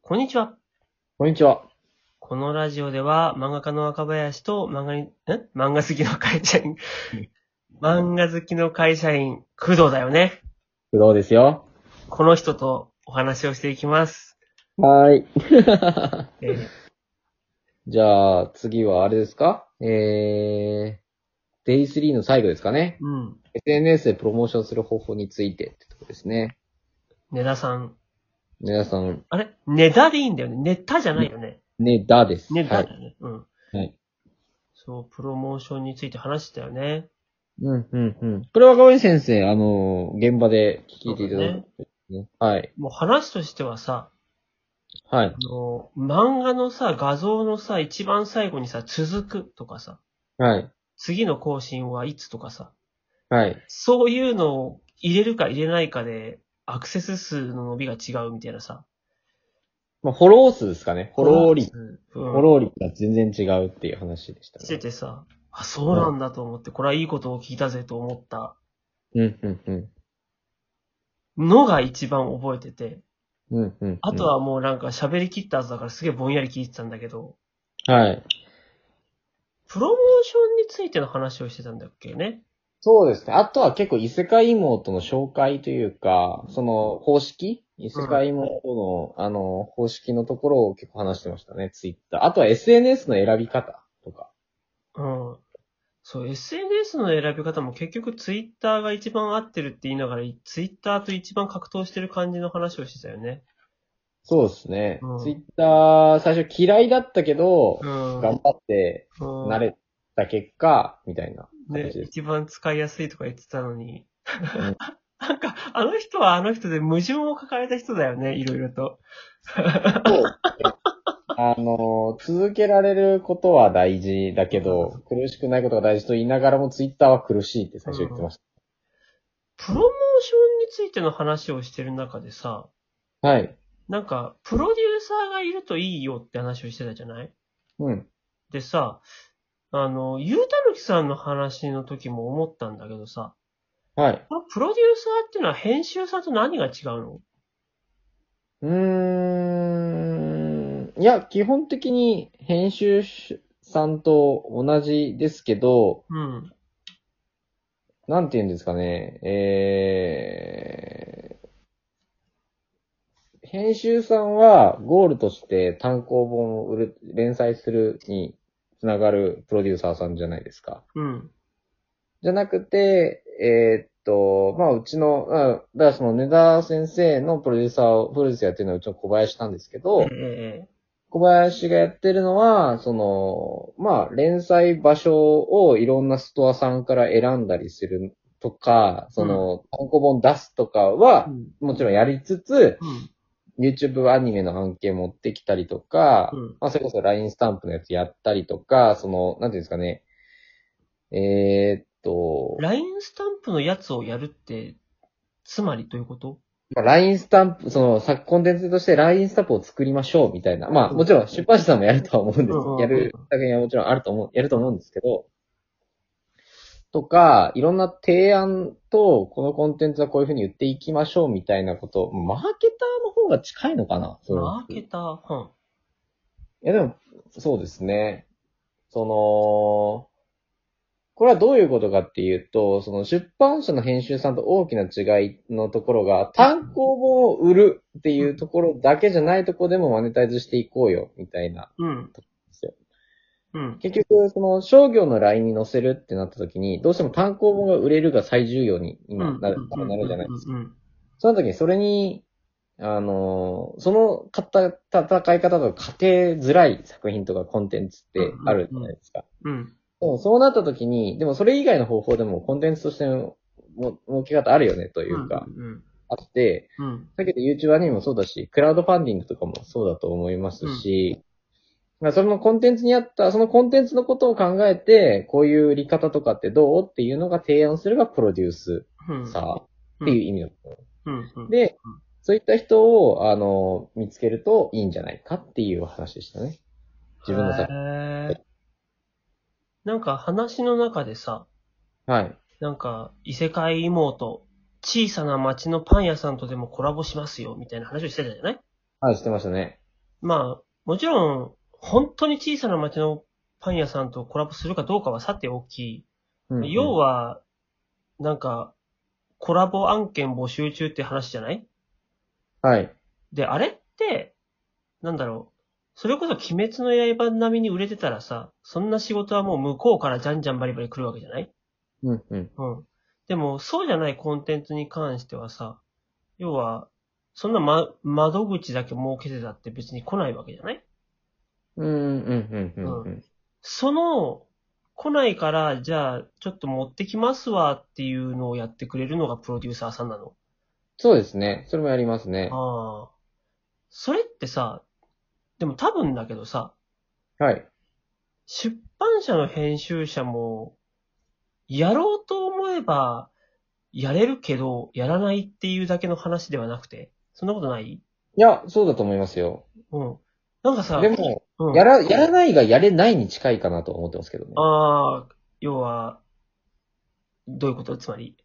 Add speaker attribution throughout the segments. Speaker 1: こんにちは。
Speaker 2: こんにちは。
Speaker 1: このラジオでは漫画家の若林と漫画に、え漫画好きの会社員、漫画好きの会社員、工藤だよね。
Speaker 2: 不動ですよ。
Speaker 1: この人とお話をしていきます。
Speaker 2: はーい。
Speaker 1: えー
Speaker 2: じゃあ、次はあれですかえー、デイ3の最後ですかね。
Speaker 1: うん。
Speaker 2: SNS でプロモーションする方法についてってとこですね。
Speaker 1: ねださん。
Speaker 2: 皆さん、
Speaker 1: あれねだでいいんだよね。ねたじゃないよね。
Speaker 2: ねだです。
Speaker 1: ね
Speaker 2: は
Speaker 1: だ
Speaker 2: い
Speaker 1: だ。よね。うん。
Speaker 2: はい。
Speaker 1: そう、プロモーションについて話してたよね。
Speaker 2: うん、うん、うん。これは川井先生、あの、現場で聞いていただいて、ね。はい。
Speaker 1: もう話としてはさ、
Speaker 2: はい。
Speaker 1: あの、漫画のさ、画像のさ、一番最後にさ、続くとかさ、
Speaker 2: はい。
Speaker 1: 次の更新はいつとかさ、
Speaker 2: はい。
Speaker 1: そういうのを入れるか入れないかで、アクセス数の伸びが違うみたいなさ。
Speaker 2: まあ、フォロー数ですかね。フォロー率。
Speaker 1: うん。
Speaker 2: フォロー率が全然違うっていう話でした
Speaker 1: して
Speaker 2: ね。
Speaker 1: てさ、あ、そうなんだと思って、これはいいことを聞いたぜと思った
Speaker 2: うん、うん、うん。
Speaker 1: のが一番覚えてて、
Speaker 2: うん、うん。
Speaker 1: あとはもうなんか喋り切ったはずだからすげえぼんやり聞いてたんだけど、
Speaker 2: うん、はい。
Speaker 1: プロモーションについての話をしてたんだっけね。
Speaker 2: そうですね。あとは結構異世界妹の紹介というか、その方式異世界妹の、あの、方式のところを結構話してましたね、ツイッター。あとは SNS の選び方とか。
Speaker 1: うん。そう、SNS の選び方も結局ツイッターが一番合ってるって言いながら、ツイッターと一番格闘してる感じの話をしてたよね。
Speaker 2: そうですね。
Speaker 1: うん
Speaker 2: ツイッター、最初嫌いだったけど、
Speaker 1: うん。
Speaker 2: 頑張って
Speaker 1: うん
Speaker 2: 慣れた結果、みたいな
Speaker 1: ね
Speaker 2: 感じ、です。
Speaker 1: 一番使いやすいとか言ってたのに。 なんか、あの人はあの人で矛盾を抱えた人だよね、いろいろと。
Speaker 2: そうですね あの、続けられることは大事だけど、苦しくないことが大事と言いながらも、ツイッターは苦しいって最初言ってました。
Speaker 1: プロモーションについての話をしてる中でさ、
Speaker 2: はい。
Speaker 1: なんか、プロデューサーがいるといいよって話をしてたじゃない
Speaker 2: うん。
Speaker 1: でさ、あの、ゆうたぬきさんの話の時も思ったんだけどさ、
Speaker 2: はい。
Speaker 1: このプロデューサーっていうのは編集さんと何が違うの
Speaker 2: うーん。いや、基本的に編集さんと同じですけど、
Speaker 1: うん。
Speaker 2: なんて言うんですかね。えー、編集さんはゴールとして単行本を売る、連載するにつながるプロデューサーさんじゃないですか。
Speaker 1: うん。
Speaker 2: じゃなくて、えーっと、まあ、うちの、うんだからその根田先生のプロデューサーを、プロデュースやってるのはうちの小林なんですけど、
Speaker 1: ええええ
Speaker 2: 小林がやってるのは、その、まあ、連載場所をいろんなストアさんから選んだりするとか、その、単行本出すとかは、もちろんやりつつ、
Speaker 1: うん。
Speaker 2: YouTube アニメの案件持ってきたりとか、
Speaker 1: うん
Speaker 2: まあ、それこそ LINE スタンプのやつやったりとか、その、なんていうんですかね、えーっと、
Speaker 1: LINE スタンプのやつをやるって、つまりどういうこと
Speaker 2: まあ、LINE スタンプ、その、さコンテンツとして LINE スタンプを作りましょう、みたいな。まあ、もちろん出版社さんもやるとは思うんです
Speaker 1: うんうん。
Speaker 2: やる作品はもちろんあると思う、やると思うんですけど、とか、いろんな提案と、このコンテンツはこういうふうに言っていきましょう、みたいなこと、マーケターの方が近いのかなその
Speaker 1: マーケター、うん。
Speaker 2: いやでも、そうですね。その、これはどういうことかっていうと、その出版社の編集さんと大きな違いのところが、単行本を売るっていうところだけじゃないところでもマネタイズしていこうよ、みたいな。
Speaker 1: うん
Speaker 2: すよ。
Speaker 1: うん。
Speaker 2: 結局、その商業のラインに載せるってなった時に、どうしても単行本が売れるが最重要に今なる、なるじゃないですか。
Speaker 1: か。うん
Speaker 2: その時にそれに、あの、その方戦い方とか家庭づらい作品とかコンテンツってあるじゃないですか。
Speaker 1: うん。
Speaker 2: でもそうなった時に、でもそれ以外の方法でもコンテンツとしてのも儲け方あるよねと
Speaker 1: と
Speaker 2: いうか、
Speaker 1: うん。
Speaker 2: あって、
Speaker 1: うん。
Speaker 2: だけど YouTuber にもそうだし、クラウドファンディングとかもそうだと思いますし、まあそのコンテンツにあった、そのコンテンツのことを考えて、こういう売り方とかってどうっていうのが提案するがプロデュース
Speaker 1: うん。
Speaker 2: さっていう意味だと思う
Speaker 1: うん。うん。
Speaker 2: で
Speaker 1: うん、
Speaker 2: そういった人を、あの、見つけるといいんじゃないかっていう話でしたね。自分のさ、
Speaker 1: へーなんか話の中でさ、
Speaker 2: はい。
Speaker 1: なんか異世界妹、小さな町のパン屋さんとでもコラボしますよ、みたいな話をしてたじゃない
Speaker 2: はい、してましたね。
Speaker 1: まあ、もちろん、本当に小さな町のパン屋さんとコラボするかどうかはさておき、
Speaker 2: うん
Speaker 1: 要、は、なんか、コラボ案件募集中って話じゃない
Speaker 2: はい。
Speaker 1: で、あれって、なんだろう。それこそ鬼滅の刃並みに売れてたらさ、そんな仕事はもう向こうからじゃんじゃんバリバリ来るわけじゃない
Speaker 2: うんうん。
Speaker 1: うん。でも、そうじゃないコンテンツに関してはさ、要は、そんなま、窓口だけ設けてたって別に来ないわけじゃない
Speaker 2: うんうんうんうんうん。
Speaker 1: その、来ないから、じゃあ、ちょっと持ってきますわっていうのをやってくれるのがプロデューサーさんなの。
Speaker 2: そうですね。それもやりますね。
Speaker 1: ああ。それってさ、でも多分だけどさ、
Speaker 2: はい。
Speaker 1: 出版社の編集者も、やろうと思えば、やれるけど、やらないっていうだけの話ではなくて、そんなことない
Speaker 2: いや、そうだと思いますよ。
Speaker 1: うん。なんかさ、
Speaker 2: でも、
Speaker 1: うん、
Speaker 2: やら、やらないがやれないに近いかなと思ってますけどね。
Speaker 1: ああ、要は、どういうことつまり。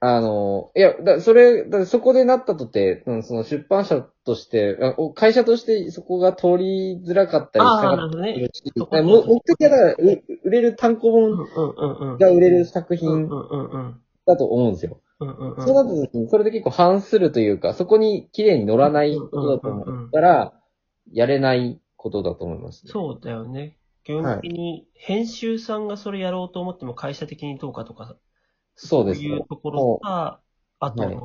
Speaker 2: あの、いや、だ、それ、だそこでなったとて、うん、その出版社として、あお会社としてそこが通りづらかった
Speaker 1: あ
Speaker 2: りしな
Speaker 1: あ、な
Speaker 2: か
Speaker 1: る
Speaker 2: っ
Speaker 1: ほど
Speaker 2: た
Speaker 1: ね。
Speaker 2: りするし
Speaker 1: そこ
Speaker 2: だからもう目的はだから、う売れる単行
Speaker 1: うんう
Speaker 2: 本
Speaker 1: んうんうん。
Speaker 2: が売れる作
Speaker 1: うんうん
Speaker 2: 品
Speaker 1: うんうん。
Speaker 2: だと思うんですよ。
Speaker 1: うんうんうん。
Speaker 2: そうなった時に、それで結構反するというか、そこに綺麗に乗らないことだと思ったら、やれないことだと思いますね、
Speaker 1: そうだよね。基本的に、編集さんがそれやろうと思っても会社的にどうかとか、
Speaker 2: そうですね
Speaker 1: いうところとか、あと、
Speaker 2: はい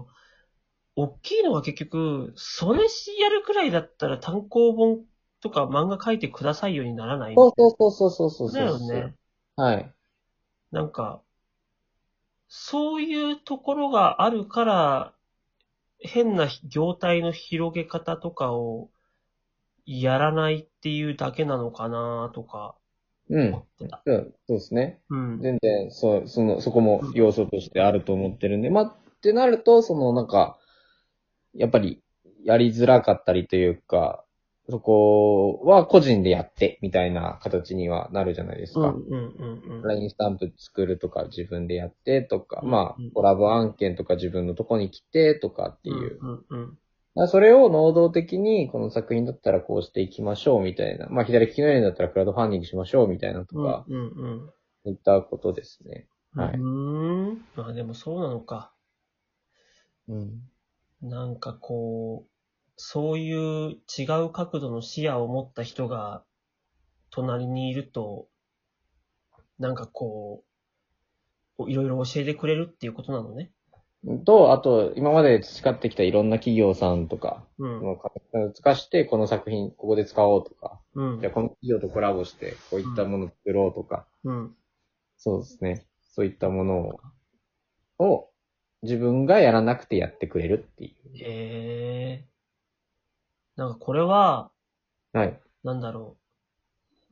Speaker 1: 大きいのは結局、それしやるくらいだったら単行本とか漫画書いてくださいようにならない
Speaker 2: そうそうそうそうそうそうそう。
Speaker 1: だよね。
Speaker 2: はい。
Speaker 1: なんか、そういうところがあるから、変な業態の広げ方とかをやらないっていうだけなのかなとか
Speaker 2: うん。
Speaker 1: 思ってた。
Speaker 2: そうそうですね。
Speaker 1: うん。
Speaker 2: 全然、そう、その、そこも要素としてあると思ってるんで、まあ、ってなると、その、なんか、やっぱり、やりづらかったりというか、そこは個人でやって、みたいな形にはなるじゃないです
Speaker 1: うん
Speaker 2: か。
Speaker 1: うんうんうん。
Speaker 2: ラインスタンプ作るとか、自分でやってとか、
Speaker 1: うん
Speaker 2: まあ、コラボ案件とか自分のとこに来てとかっていう。だか
Speaker 1: うんうん
Speaker 2: らそれを能動的に、この作品だったらこうしていきましょうみたいな。まあ、左利きのようだったらクラウドファンディングしましょうみたいなと
Speaker 1: うん。
Speaker 2: か、
Speaker 1: うんうんうん。
Speaker 2: そういったことですね。はいう
Speaker 1: ーん。まあでもそうなのか。
Speaker 2: うん。
Speaker 1: なんかこう、そういう違う角度の視野を持った人が隣にいると、なんかこう、いろいろ教えてくれるっていうことなのね。
Speaker 2: と、あと、今まで培ってきたいろんな企業さんとか、
Speaker 1: うん。
Speaker 2: の形を使して、この作品、ここで使おうとか、
Speaker 1: うん
Speaker 2: じゃ。あこの企業とコラボして、こういったものを作ろうとか、
Speaker 1: うん。
Speaker 2: そうですね。そういったものを、を自分がやらなくてやってくれるってい
Speaker 1: へえ。なんかこれは、
Speaker 2: う。はい。
Speaker 1: なんだろ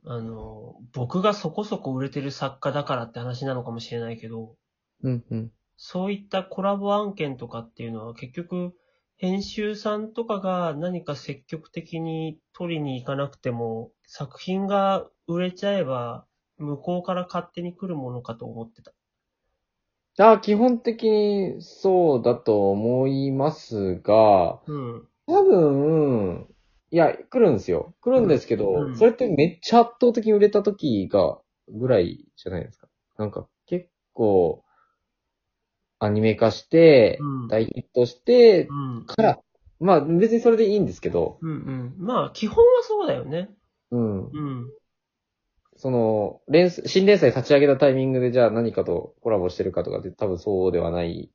Speaker 1: う。あの、僕がそこそこ売れてる作家だからって話なのかもしれないけど、
Speaker 2: うんうん。
Speaker 1: そういったコラボ案件とかっていうのは結局、編集さんとかが何か積極的に取りに行かなくても、作品が売れちゃえば、向こうから勝手に来るものかと思ってた。
Speaker 2: あ基本的にそうだと思いますが、
Speaker 1: うん。
Speaker 2: 多分、いや、来るんですよ。来るんですけど、
Speaker 1: うんうん
Speaker 2: それってめっちゃ圧倒的に売れた時が、ぐらいじゃないですか。なんか、結構、アニメ化して、
Speaker 1: うん
Speaker 2: 大ヒットして
Speaker 1: う、ん。
Speaker 2: から、まあ別にそれでいいんですけど、
Speaker 1: うんうん。まあ、基本はそうだよね。
Speaker 2: う
Speaker 1: う
Speaker 2: ん。
Speaker 1: ん。
Speaker 2: その、連載新連載立ち上げたタイミングでじゃあ何かとコラボしてるかとかって多分そうではない。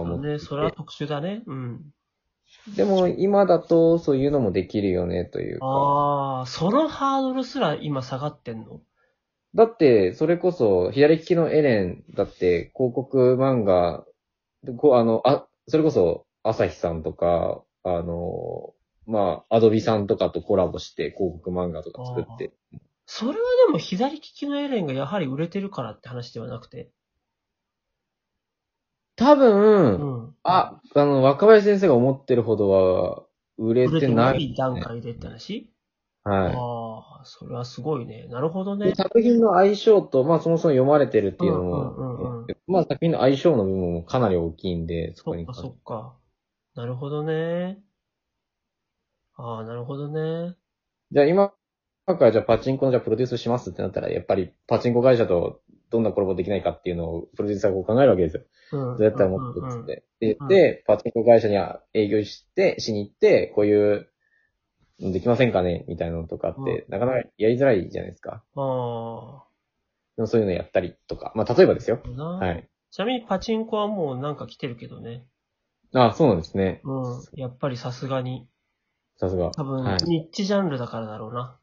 Speaker 1: そ
Speaker 2: は思
Speaker 1: う
Speaker 2: ってい
Speaker 1: ね。
Speaker 2: て
Speaker 1: それは特殊だね。うん。
Speaker 2: でも今だとそういうのもできるよねというか。
Speaker 1: ああ、そのハードルすら今下がってんの
Speaker 2: だって、それこそ左利きのエレンだって広告漫画、こうあの、あ、それこそ朝日さんとか、あの、まあ、アドビさんとかとコラボして広告漫画とか作って。
Speaker 1: それはでも左利きのエレンがやはり売れてるからって話ではなくて。
Speaker 2: 多
Speaker 1: う
Speaker 2: 分、
Speaker 1: ん。
Speaker 2: あ、あの、若林先生が思ってるほどは、売れ
Speaker 1: 売れ
Speaker 2: て
Speaker 1: て
Speaker 2: な。
Speaker 1: ないい段階でって話、
Speaker 2: は
Speaker 1: ああ、それはすごいね。なるほど
Speaker 2: い。
Speaker 1: ね
Speaker 2: で。作品の相性と、まあそもそも読まれてるっていうの
Speaker 1: うんうんうんう
Speaker 2: も
Speaker 1: ん、
Speaker 2: まあ作品の相性の部分もかなり大きいんで、そこ
Speaker 1: そっ
Speaker 2: に
Speaker 1: か
Speaker 2: 関
Speaker 1: そっか。なるほどね。ああ、なるほどね。
Speaker 2: じゃあ今今からじゃあパチンコのじゃあプロデュースしますってなったら、やっぱりパチンコ会社とどんなコラボできないかっていうのをプロデューサーがこう考えるわけですよ。
Speaker 1: うん。
Speaker 2: どうやったらもっとっつって。で
Speaker 1: うん、
Speaker 2: でパチンコ会社には営業して、しに行って、こういう、できませんかねみたいなのとかって、なかなかやりづらいじゃないですか。
Speaker 1: うんうんあ
Speaker 2: でもそういうのやったりとか。まあ、例えばですよ。
Speaker 1: あ。な、
Speaker 2: はい。
Speaker 1: ちなみにパチンコはもうなんか来てるけどね。
Speaker 2: あそうなんですね。
Speaker 1: うん。やっぱりさすがに。
Speaker 2: さすが。
Speaker 1: 多分、
Speaker 2: はい。
Speaker 1: ニッチジャンルだからだろうな。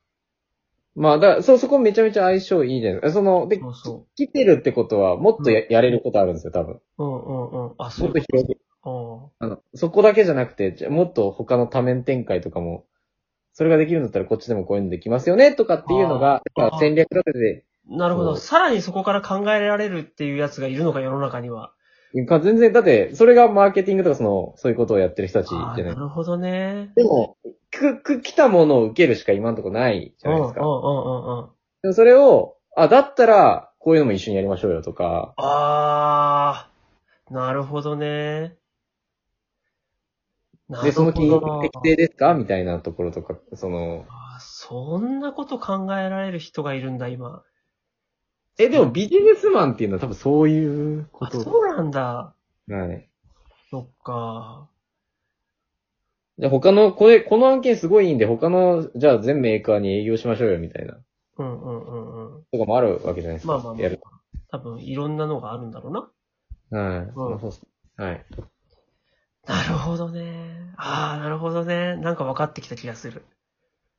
Speaker 2: まあ、だから、そう、そこめちゃめちゃ相性いいじゃないですか。その、で、
Speaker 1: そうそ
Speaker 2: 来てるってことは、もっとややれることあるんですよ、多分。
Speaker 1: う。うんうんうん。あ、そ
Speaker 2: も
Speaker 1: うい
Speaker 2: っと
Speaker 1: う
Speaker 2: 広げ、
Speaker 1: こ
Speaker 2: あの、そこだけじゃなくて、じゃもっと他の多面展開とかも、それができるんだったらこっちでもこういうのできますよね、とかっていうのが、
Speaker 1: あー
Speaker 2: やっぱ戦略立てて
Speaker 1: と。うんなるほど。
Speaker 2: そう
Speaker 1: さらにそこから考えられるっていうやつがいるのか、世の中には。
Speaker 2: か全然、だって、それがマーケティングとか、その、そういうことをやってる人たちじ
Speaker 1: あ
Speaker 2: ゃな
Speaker 1: ー
Speaker 2: い
Speaker 1: な。るほどね。
Speaker 2: でも、く、く、来たものを受けるしか今のところないじ
Speaker 1: う
Speaker 2: ゃ
Speaker 1: んう
Speaker 2: なんいうで
Speaker 1: んうんう
Speaker 2: すか。
Speaker 1: ん。
Speaker 2: でもそれを、あ、だったら、こういうのも一緒にやりましょうよとか、
Speaker 1: あー、なるほどね。な
Speaker 2: で、その金額適
Speaker 1: あ
Speaker 2: 正ですかみたいなところとか、その、
Speaker 1: ーそんなこと考えられる人がいるんだ、今。
Speaker 2: え、でもビジネスマンっていうのは多分そういうこ
Speaker 1: あ、
Speaker 2: と。
Speaker 1: そうなんだ。
Speaker 2: はい。
Speaker 1: そっか。
Speaker 2: で他の、これ、この案件すごいいいんで、他の、じゃあ全メーカーに営業しましょうよ、みたいな。
Speaker 1: うんうんうんうん。
Speaker 2: とかもあるわけじゃないですか。
Speaker 1: まあまあま
Speaker 2: やる。
Speaker 1: あ。多分、いろんなのがあるんだろうな。
Speaker 2: はい。まあそうっすはい。
Speaker 1: なるほどね。ああ、なるほどね。なんか分かってきた気がする。
Speaker 2: っ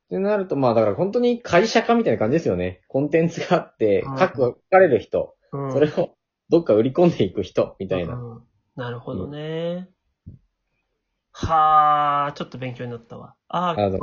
Speaker 2: てなると、まあだから本当に会社化みたいな感じですよね。コンテンツがあって
Speaker 1: うん、
Speaker 2: 各、書かれる人、
Speaker 1: うん。
Speaker 2: それをどっか売り込んでいく人、みたいな。
Speaker 1: うんなるほどね。はあ、ちょっと勉強になったわ。あ
Speaker 2: あ
Speaker 1: あ
Speaker 2: の、